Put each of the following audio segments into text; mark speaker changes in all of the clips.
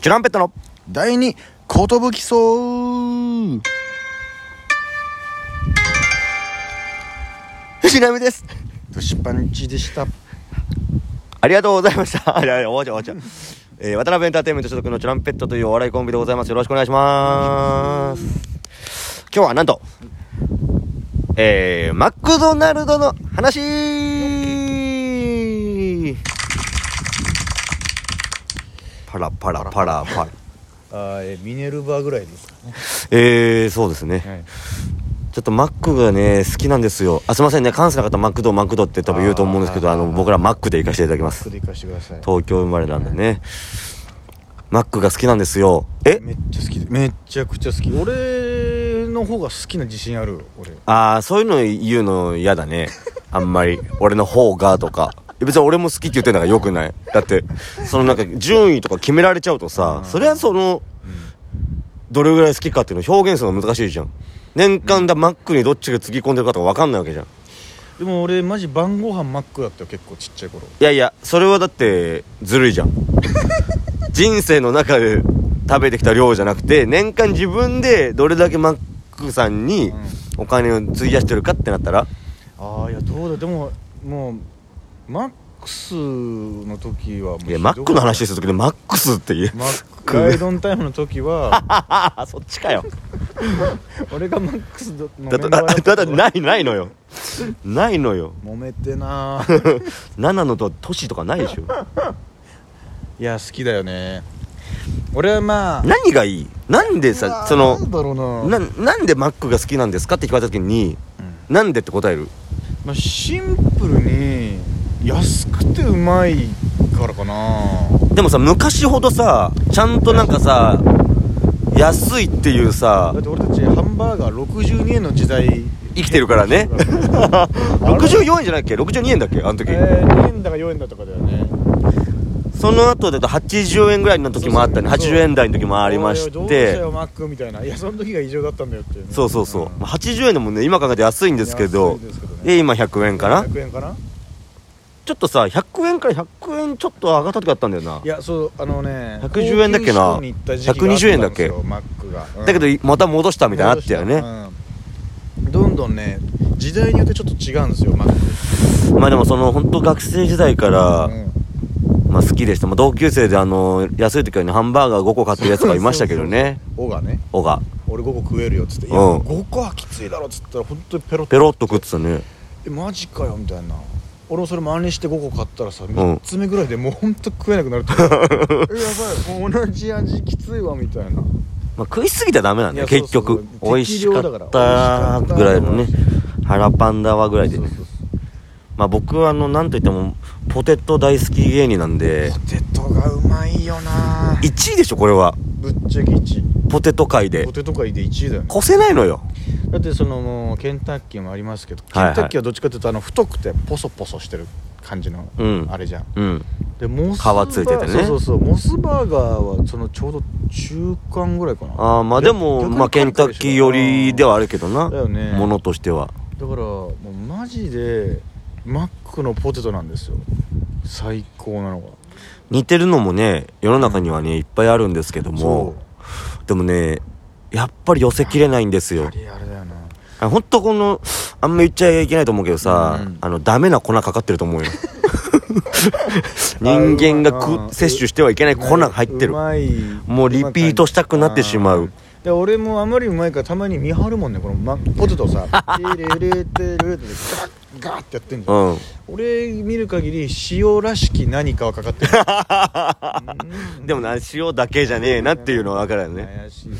Speaker 1: チュランペットの
Speaker 2: 第2寿そう
Speaker 1: 藤波です。
Speaker 2: 年パンチでした
Speaker 1: ありがとうございました。あ れあれ、おばあちゃんおばあちゃん。えー、渡辺エンターテインメント所属のチュランペットというお笑いコンビでございます。よろしくお願いします。今日はなんと、えー、マクドナルドの話パラパラパラパラ。
Speaker 2: あーえーミネルバぐらいですかね
Speaker 1: えー、そうですね。
Speaker 2: はい
Speaker 1: ちょっとマックがね好きなんですよあすいませんね関西の方マクドマクドって多分言うと思うんですけど
Speaker 2: あ
Speaker 1: あ
Speaker 2: ー
Speaker 1: の僕らマックで行かせていただきま
Speaker 2: ちょ
Speaker 1: す
Speaker 2: っと行かしてください
Speaker 1: 東京生まれなんでねマックが好きなんですよえ
Speaker 2: めっちゃ好きでめっちゃくちゃ好き俺の方が好きな自信ある俺
Speaker 1: ああそういうの言うの嫌だねあんまり俺の方がとか別に俺も好きって言ってんだからよくないだってそのなんか順位とか決められちゃうとさそれはそのどれぐらい好きかっていうのを表現するの難しいじゃん年間だマックにどっちがつぎ込んでるかとか分かんないわけじゃん
Speaker 2: でも俺マジ晩ご飯マックだったよ結構ちっちゃい頃
Speaker 1: いやいやそれはだってずるいじゃ ん人生の中で食べてきた量じゃなくて年間自分でどれだけマックさんに
Speaker 2: うん
Speaker 1: お金を費やしてるかってなったら
Speaker 2: ああいやどうだでももうマックスの時はもう
Speaker 1: いやマックの話
Speaker 2: ひ
Speaker 1: する時にマックスって言え
Speaker 2: どいマックガイドンタイムの時 は
Speaker 1: ああそっちかよ
Speaker 2: 俺がマックスのメン
Speaker 1: だ
Speaker 2: バー
Speaker 1: と
Speaker 2: だ
Speaker 1: だ
Speaker 2: った
Speaker 1: だだ
Speaker 2: 頃
Speaker 1: ないないのよないのよ
Speaker 2: 揉めてなー
Speaker 1: 7のと都市とかないでしょ
Speaker 2: いや好きだよね俺はまあ
Speaker 1: 何がいいなんで
Speaker 2: うわ
Speaker 1: さ
Speaker 2: ー
Speaker 1: その
Speaker 2: なんだろうな
Speaker 1: ななんでマックが好きなんですかって聞かれた時に
Speaker 2: うん
Speaker 1: なんでって答える
Speaker 2: まあ、シンプルに安くてうまいからかな
Speaker 1: でもさ昔ほどさちゃんとなんかさ安いっていうさ
Speaker 2: だって俺たちハンバーガー62円の時代
Speaker 1: 生きてるから ね64円じゃないっけ62円だっけあの時、
Speaker 2: えー、2円だか4円だとかだよね
Speaker 1: その後だと80円ぐらいの時もあったね
Speaker 2: そうそう
Speaker 1: 80円台の時もありまし
Speaker 2: おいおいどうした
Speaker 1: て
Speaker 2: よマックみたいないやその時が異常だったんだよっていうね、
Speaker 1: そうそうそう、
Speaker 2: ん
Speaker 1: まあ80円でもね今考えて安いんですけど
Speaker 2: 安いですけどね
Speaker 1: え今100円かな
Speaker 2: 100円かな
Speaker 1: ちょっとさ100円から100円ちょっと上がった時あったんだよない
Speaker 2: やそうあのね
Speaker 1: 110円だっけな
Speaker 2: 高級志向に行った時期があったんです
Speaker 1: 120
Speaker 2: よ
Speaker 1: 円だっけ
Speaker 2: マックが、うん
Speaker 1: だけどまた戻したみたいなのあったよね、
Speaker 2: うんどんどんね時代によってちょっと違うんですよマック
Speaker 1: まあでもその本当学生時代から、
Speaker 2: うん
Speaker 1: まあ好きでした、まあ、同級生であの安い時はねハンバーガー5個買ってるやつがいましたけどね
Speaker 2: 「お」がね
Speaker 1: おが
Speaker 2: 「俺5個食えるよ」っつって「いや
Speaker 1: うん
Speaker 2: 5個はきついだろ」っつったら本当にペロッ
Speaker 1: ペロッと食ってたね
Speaker 2: えマジかよみたいな俺もそれ真似して5個買ったらさ
Speaker 1: ん
Speaker 2: 3つ目ぐらいでもうほんと食えなくな ると思うえやばいもう同じ味きついわみたいな
Speaker 1: まあ、食いすぎたらダメなんだよ
Speaker 2: いや
Speaker 1: 結
Speaker 2: そうそう
Speaker 1: 局美味しか
Speaker 2: 適量だ
Speaker 1: っ
Speaker 2: から
Speaker 1: た
Speaker 2: 美味しかった
Speaker 1: ぐらいのね腹パンダはぐらいで
Speaker 2: そうそう
Speaker 1: まあ僕はあのなんといってもポテト大好き芸人なんで
Speaker 2: そうポテトがうまいよな
Speaker 1: 1位でしょこれは
Speaker 2: ぶっちゃけ1
Speaker 1: ポテト界
Speaker 2: 位
Speaker 1: で
Speaker 2: ポテト界で1位だよね
Speaker 1: 越せないのよ
Speaker 2: だってそのもうケンタッキーもありますけどケン
Speaker 1: はいはい
Speaker 2: タッキーはどっちかっていうとあの太くてポソポソしてる感じの
Speaker 1: うん
Speaker 2: あれじゃん
Speaker 1: うん
Speaker 2: でモス
Speaker 1: 皮ついててね
Speaker 2: そうそうそうモスバーガーはそのちょうど中間ぐらいかな
Speaker 1: ああまあでも
Speaker 2: 逆に
Speaker 1: まあケンタッキー寄りではあるけどな
Speaker 2: だよね
Speaker 1: ものとしては
Speaker 2: だからもうマジでマックのポテトなんですよ最高なのが
Speaker 1: 似てるのもね世の中にはねいっぱいあるんですけどもでもねやっぱり寄せきれないんです
Speaker 2: うあ
Speaker 1: よ
Speaker 2: れあれだよな
Speaker 1: あ本当このあんま言っちゃいけないと思うけどさ、
Speaker 2: うん
Speaker 1: あのダメな粉かかってると思う よ人間が
Speaker 2: あうま
Speaker 1: く
Speaker 2: い
Speaker 1: 摂取してはいけない粉が入ってる
Speaker 2: うまい
Speaker 1: もうリピートしたくなってしまうん
Speaker 2: で俺もあまりうまいからたまに見張るもんねこのマポテトをさ「テレレテレレ」ってガッガッってやってんじゃん
Speaker 1: うん
Speaker 2: 俺見る限り塩らしき何かはかかってる
Speaker 1: でもな塩だけじゃねえなっていうのは分かるよね
Speaker 2: 怪しい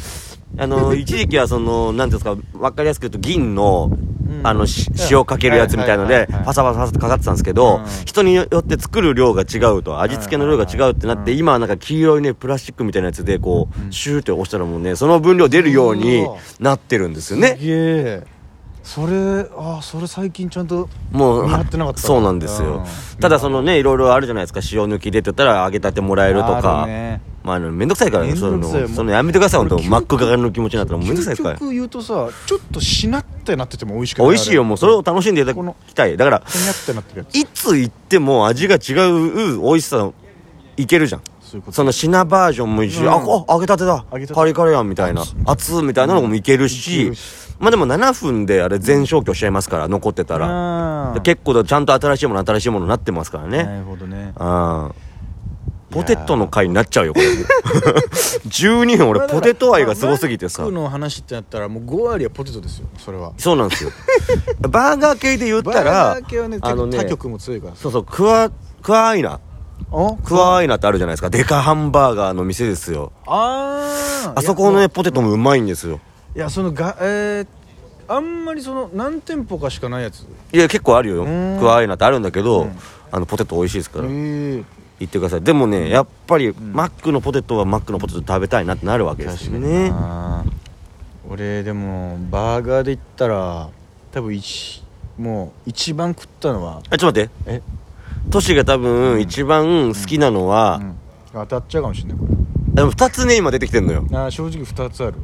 Speaker 1: あ の一時期はその何ていうんですか分かりやすく言うと銀の
Speaker 2: うん
Speaker 1: あのし塩かけるやつみたいの
Speaker 2: はい
Speaker 1: で
Speaker 2: はいはいはい
Speaker 1: パサパサパサってかかってたんですけど
Speaker 2: うん
Speaker 1: 人によって作る量が違うと味付けの量が違うってなっ
Speaker 2: はいはいは
Speaker 1: て
Speaker 2: い
Speaker 1: 今はなんか黄色いねプラスチックみたいなやつでこ
Speaker 2: う
Speaker 1: うんシューって押したらもうねその分量出るように
Speaker 2: うわ
Speaker 1: なってるんですよ
Speaker 2: す
Speaker 1: ね
Speaker 2: げえそれああそれ最近ちゃんと
Speaker 1: もう
Speaker 2: 見張ってなかった
Speaker 1: そうなんですよ
Speaker 2: うん
Speaker 1: ただそのねいろいろあるじゃないですか塩抜きでって言ったら揚げたてもらえると
Speaker 2: あ
Speaker 1: か
Speaker 2: るね
Speaker 1: まああのめんどくさいからね
Speaker 2: めん
Speaker 1: そ
Speaker 2: ど
Speaker 1: ういう
Speaker 2: くさい
Speaker 1: の
Speaker 2: もう
Speaker 1: そのやめてください本当
Speaker 2: 俺究極
Speaker 1: 真っ赤側の気持ちになったらもうめんどくさいですから
Speaker 2: 結局言うとさちょっとしなってなってても美味しくない
Speaker 1: 美味しいよもうそれを楽しんでいた
Speaker 2: こ
Speaker 1: だ
Speaker 2: の
Speaker 1: きたいだから
Speaker 2: ふにゃってなってるやつ
Speaker 1: いつ行っても味が違う美味しさいけるじゃん
Speaker 2: そういうこと
Speaker 1: その品バージョンもいいし、
Speaker 2: うん
Speaker 1: ああ揚げたてだ
Speaker 2: 揚げたて
Speaker 1: カリカリやんみたいな熱みたいなのもいける
Speaker 2: いけ
Speaker 1: し
Speaker 2: るし
Speaker 1: まあでも7分であれ全消去しちゃいますから残ってたら
Speaker 2: あー
Speaker 1: 結構だちゃんと新しいもの新しいものになってますからね、
Speaker 2: なるほどね
Speaker 1: ああポテトの回になっちゃうよ これ12分俺ポテト愛がすごすぎてさ
Speaker 2: マックの話ってなったらもう5割はポテトですよそれは
Speaker 1: そうなんです よバーガー系で言ったら
Speaker 2: バーガー系はね結
Speaker 1: あの
Speaker 2: 構
Speaker 1: ね
Speaker 2: 他局も強いから
Speaker 1: そうそうクワクワアイナ
Speaker 2: あ
Speaker 1: クワアイナってあるじゃないですかデカハンバーガーの店ですよ
Speaker 2: あー
Speaker 1: あそこの
Speaker 2: い
Speaker 1: ね
Speaker 2: や
Speaker 1: ポテトもうまいんですよ
Speaker 2: いやそのがえーあんまりその何店舗かしかないやつ
Speaker 1: いや結構あるよ
Speaker 2: ん
Speaker 1: クワアイナってあるんだけど、あのポテト美味しいですから、
Speaker 2: え
Speaker 1: 行ってくださいでもねやっぱり、マックのポテトはマックのポテト食べたいなってなるわけですよね
Speaker 2: あー俺でもバーガーで言ったら多分一もう一番食ったのは
Speaker 1: あちょっと待って
Speaker 2: え
Speaker 1: トシが多分一番好きなのは、
Speaker 2: うん当たっちゃうかもしれないこれ
Speaker 1: でも2つね今出てきてんのよ
Speaker 2: あー正直2つある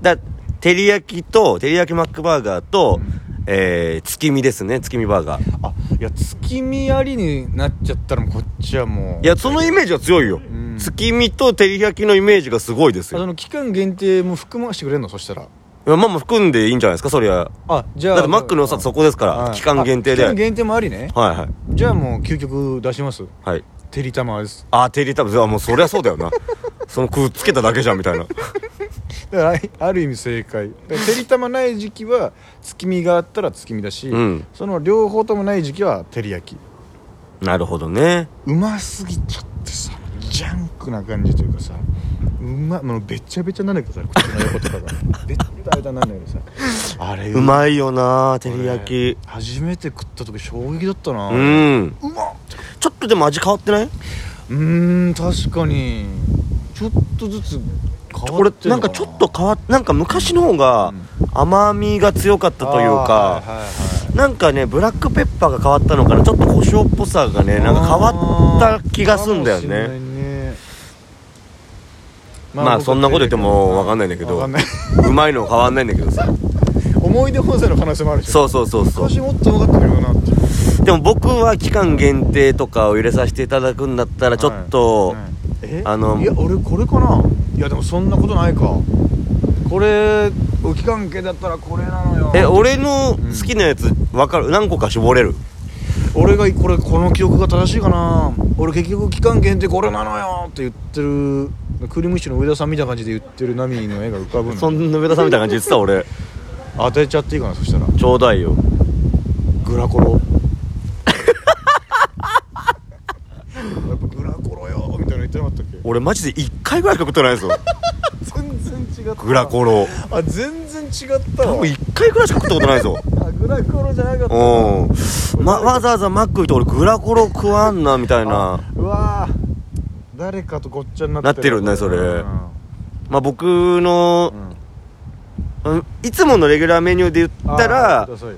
Speaker 1: だ照り焼きと照り焼きマックバーガーと、えー月見ですね月見バーガー
Speaker 2: あいや月見ありになっちゃったらもうこっちはもう
Speaker 1: いやそのイメージは強いよ、
Speaker 2: ん
Speaker 1: 月見と照り焼きのイメージがすごいです
Speaker 2: あそ
Speaker 1: よ
Speaker 2: の期間限定も含ましてくれるのそしたら
Speaker 1: いやまあまあ含んでいいんじゃないですかそりゃ
Speaker 2: あじゃ
Speaker 1: だ
Speaker 2: あ
Speaker 1: ってマックの良さってそこですから、
Speaker 2: はい
Speaker 1: 期間限定で
Speaker 2: あ
Speaker 1: は
Speaker 2: 期間
Speaker 1: い
Speaker 2: 限定もありね
Speaker 1: はい
Speaker 2: じゃあもう究極出します
Speaker 1: はい
Speaker 2: てりたまです
Speaker 1: ああ照りたぶんもうそりゃそうだよな そのくっつけただけじゃんみたいな
Speaker 2: だからあいある意味正解だからてりたまない時期は月見があったら月見だし、
Speaker 1: うん
Speaker 2: その両方ともない時期は照り焼き
Speaker 1: なるほどね
Speaker 2: うますぎちゃってさジャンクな感じというかさうまもうべちゃべちゃなんだけどさ口の横とかがべったべたなんだけどさあれ
Speaker 1: うまいよな照り焼き
Speaker 2: 初めて食った時衝撃だったな
Speaker 1: うん
Speaker 2: うまっ
Speaker 1: ちょっとでも味変わってないう
Speaker 2: ーん確かにちょっとずつ変わ
Speaker 1: 俺
Speaker 2: って
Speaker 1: なんかちょっと変わっなんか昔の方が甘みが強かったというか、なんかねブラックペッパーが変わったのかなちょっと胡椒っぽさがねなんか変わった気がすんだよね
Speaker 2: ね
Speaker 1: まあそんなこと言ってもわかんないんだけど
Speaker 2: わかんない
Speaker 1: うまいのは変わんないんだけどさ
Speaker 2: 思い出補正の可能性もあるし
Speaker 1: そうそうそうそう
Speaker 2: 昔もっと分かってるよなっていう
Speaker 1: でも僕は期間限定とかを入れさせていただくんだったらちょっと、
Speaker 2: はいはいえ
Speaker 1: あの
Speaker 2: いや俺これかないやでもそんなことないかこれ期間系だったらこれなのよ
Speaker 1: え俺の好きなやつわかる何個か絞れる
Speaker 2: 俺がこれこの記憶が正しいかな俺結局期間限定これなのよって言ってるクリームシチューの上田さんみたいな感じで言ってるナミの絵が浮かぶ
Speaker 1: そ
Speaker 2: の
Speaker 1: んな上田さんみたいな感じで言ってた俺
Speaker 2: 当てちゃっていいかなそしたら
Speaker 1: ちょうだいよ
Speaker 2: グラコロやっぱグラコロよみたいなの言ってなかったっけ
Speaker 1: 俺マジで1回ぐらいしか食ってないですよ
Speaker 2: 全然違った
Speaker 1: グラコ ロ
Speaker 2: あ全然違った
Speaker 1: 多
Speaker 2: わ
Speaker 1: 分1回ぐらいしか食ったことないですよ
Speaker 2: あグラコロじゃなかった
Speaker 1: うん、ま、わざわざマック行って俺グラコロ食わんなみたいな
Speaker 2: うわー誰かとごっちゃになって
Speaker 1: なってるねそれ
Speaker 2: うん
Speaker 1: まあ僕の
Speaker 2: う、ん
Speaker 1: うんいつものレギュラーメニューで言った
Speaker 2: あー
Speaker 1: ら
Speaker 2: くださいよ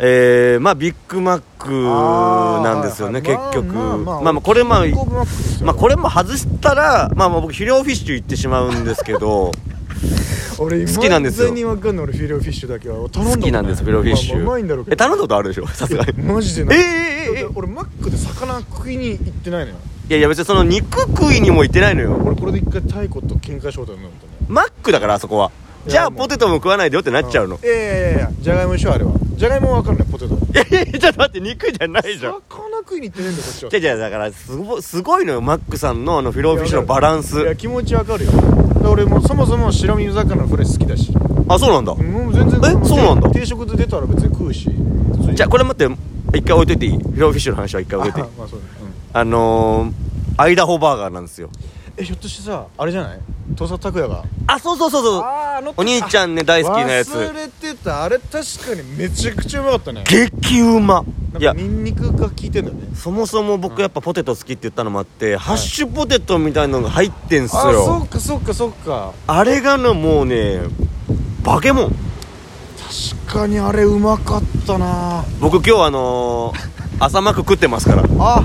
Speaker 1: えー、まあビッグマックなんですよね結
Speaker 2: あー
Speaker 1: 局
Speaker 2: まあまあ
Speaker 1: まあまあこれまあ
Speaker 2: キングオブマックですよ
Speaker 1: まあこれも外したらまあまあ僕肥料フィッシュ行ってしまうんですけど
Speaker 2: 俺
Speaker 1: 好きなんですよ
Speaker 2: 全にわかんない俺フィレオフィッシュだけは 頼んだこと
Speaker 1: 好
Speaker 2: な
Speaker 1: き
Speaker 2: い
Speaker 1: なんですフィレオフィッシュ、
Speaker 2: まあまあうまいんだろうけ
Speaker 1: え
Speaker 2: ど
Speaker 1: 頼んだことあるでしょ さすがに
Speaker 2: マジで
Speaker 1: え
Speaker 2: な
Speaker 1: え
Speaker 2: い
Speaker 1: ええええ
Speaker 2: だって俺マックで魚食いに行ってないのよ
Speaker 1: いやいや別にその肉食いにも行ってないのよ
Speaker 2: 俺これで一回太鼓と喧嘩しようと思ったね
Speaker 1: マックだからあそこはい
Speaker 2: や
Speaker 1: じゃあ
Speaker 2: も
Speaker 1: ポ
Speaker 2: う
Speaker 1: テトも食わないでよってなっちゃうの、
Speaker 2: いやいやいやいやじゃがいも一緒あれはじゃがいもわかんないポテ ト
Speaker 1: いやいやいやちょっと待って肉じゃないじゃん
Speaker 2: 魚食いに行ってねえんだよこっちは
Speaker 1: じゃじゃだからすごすごいのよマックさんのあのフィローフィッシュのバラン
Speaker 2: い
Speaker 1: ス
Speaker 2: や気持ちわかるよで俺もうそもそも白身魚のフレ好きだし
Speaker 1: あそうなんだ
Speaker 2: もう全然
Speaker 1: えそうなんだ
Speaker 2: 定食で出たら別に食うし
Speaker 1: じゃあこれ待って一回置いといていいフィローフィッシュの話は一回置いといていい
Speaker 2: あまあそうだねうん
Speaker 1: あのー、アイダホバーガーなんですよ
Speaker 2: えひょっとしてさあれじゃない土佐拓也が
Speaker 1: あそうそうそうそう
Speaker 2: ああの
Speaker 1: お兄ちゃんね大好きなやつ
Speaker 2: 忘れてたあれ確かにめちゃくちゃうまかったね
Speaker 1: 激うま
Speaker 2: なん
Speaker 1: い
Speaker 2: か
Speaker 1: や
Speaker 2: ニンニクが効いてんだよね
Speaker 1: そもそも僕やっぱポテト好きって言ったのもあって、ハッシュポテトみたいなのが入ってんすよ
Speaker 2: あそっかそっかそっか
Speaker 1: あれがねもうね化け物
Speaker 2: 確かにあれうまかったな
Speaker 1: 僕今日あのー、朝マック食ってますから
Speaker 2: あ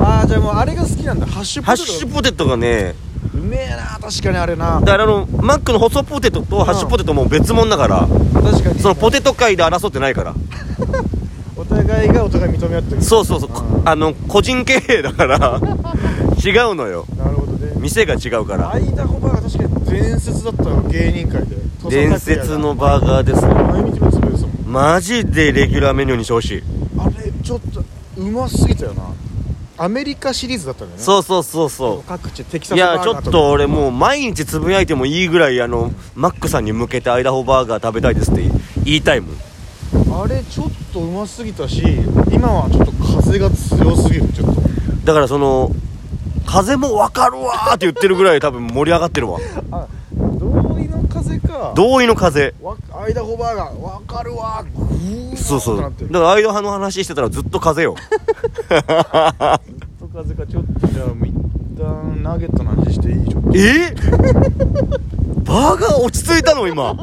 Speaker 2: あーじゃあもうあれが好きなんだハッシュ
Speaker 1: ハ
Speaker 2: ポ
Speaker 1: ッ
Speaker 2: テ
Speaker 1: シ
Speaker 2: ト
Speaker 1: ュポテトがね
Speaker 2: うめえな確かにあれな
Speaker 1: だからあのマックの細ポテトとハッシュポテトも別物だから、
Speaker 2: 確かに
Speaker 1: そのポテト界で争ってないから
Speaker 2: お互いがお互い認め合ってる
Speaker 1: そうそうそうこ
Speaker 2: う
Speaker 1: あの個人経営だから 違うのよ
Speaker 2: なるほどね
Speaker 1: 店が違うから
Speaker 2: 間ダホバーが確かに伝説だったの芸人界で
Speaker 1: 伝説の
Speaker 2: バ
Speaker 1: バーガーです
Speaker 2: ー毎日も潰れてたもん
Speaker 1: マジでレギュラーメニューにしてほしい
Speaker 2: あれちょっとうますぎたよなアメリカシリーズだったんだよね
Speaker 1: そうそうそうそ
Speaker 2: 各地テキ
Speaker 1: う
Speaker 2: サ
Speaker 1: い
Speaker 2: スバー
Speaker 1: や
Speaker 2: ガー
Speaker 1: ちょっと俺もう毎日つぶやいてもいいぐらいあのマックさんに向けてアイダホバーガー食べたいですって言いたいもん
Speaker 2: あれちょっとうますぎたし今はちょっと風が強すぎるちょっと
Speaker 1: だからその風もわかるわーって言ってるぐらい多分盛り上がってるわ
Speaker 2: あ同意の風か
Speaker 1: 同意の風
Speaker 2: わアイダホバーガーわかるわーぐー
Speaker 1: そうそうだ
Speaker 2: なっ
Speaker 1: か
Speaker 2: てる
Speaker 1: らアイド派の話してたらずっと風よ
Speaker 2: ちょっと風かちょっとじゃあもう一旦ナゲットの話していいちょっと
Speaker 1: えバーガー落ち着いたの 今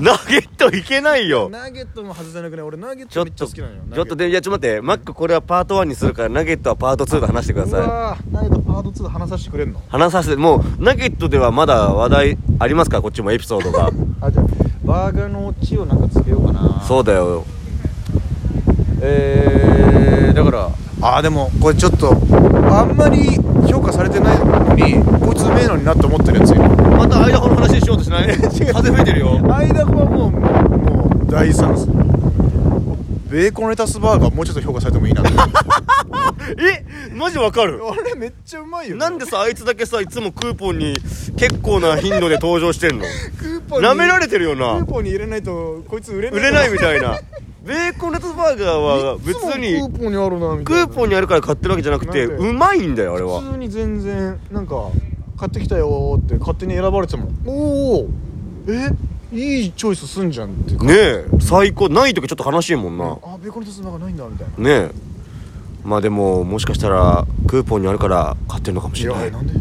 Speaker 1: ナゲットいけないよ
Speaker 2: ナゲットも外せなくない俺ナゲッ
Speaker 1: ちょ
Speaker 2: ト
Speaker 1: っ
Speaker 2: めっちゃ
Speaker 1: と
Speaker 2: 好
Speaker 1: ち
Speaker 2: きなのよ
Speaker 1: ょっとでいやちょっと待ってマックこれはパート1にするからナゲットはパート2で話してく
Speaker 2: ナ
Speaker 1: だ
Speaker 2: ゲットう
Speaker 1: さい
Speaker 2: わーナゲットパート2話させてくれんの
Speaker 1: 話させてもうナゲットではまだ話題ありますからこっちもエピソード が
Speaker 2: あじゃあバーガーのオチをなんかつけようかな
Speaker 1: そうだよ
Speaker 2: えー、だからああでもこれちょっとあんまり評価されてないのにこいつうめえのになって思ってるやついる
Speaker 1: またアイドホの話しようとし ない風吹いてるよ
Speaker 2: 間はもうもう大賛成ベーコンレタスバーガーもうちょっと評価されてもいいなって
Speaker 1: えマジわかる
Speaker 2: あれめっちゃうまいよ
Speaker 1: なんでさあいつだけさいつもクーポンに結構な頻度で登場してんの
Speaker 2: クーポンに
Speaker 1: なめられてるよ
Speaker 2: クー
Speaker 1: な
Speaker 2: ポンに入れないとこいつ売れない
Speaker 1: 売れないみたいなベーコンレタスバーガーは別
Speaker 2: いつも
Speaker 1: に
Speaker 2: クーポンにあるなみ
Speaker 1: ク
Speaker 2: たいな
Speaker 1: ーポンにあるから買ってるわけじゃなくて
Speaker 2: なんで
Speaker 1: うまいんだよあれは
Speaker 2: 普通に全然なんか買ってきたよーって勝手に選ばれてたもんおおえいいチョイスすんじゃんっていうか
Speaker 1: ねえ最高ない時ちょっと悲しいもんな
Speaker 2: あベーコンレタスバーガーないんだみたいな
Speaker 1: ねえまあでももしかしたらクーポンにあるから買ってるのかもし
Speaker 2: い
Speaker 1: れ
Speaker 2: や
Speaker 1: ない
Speaker 2: なんで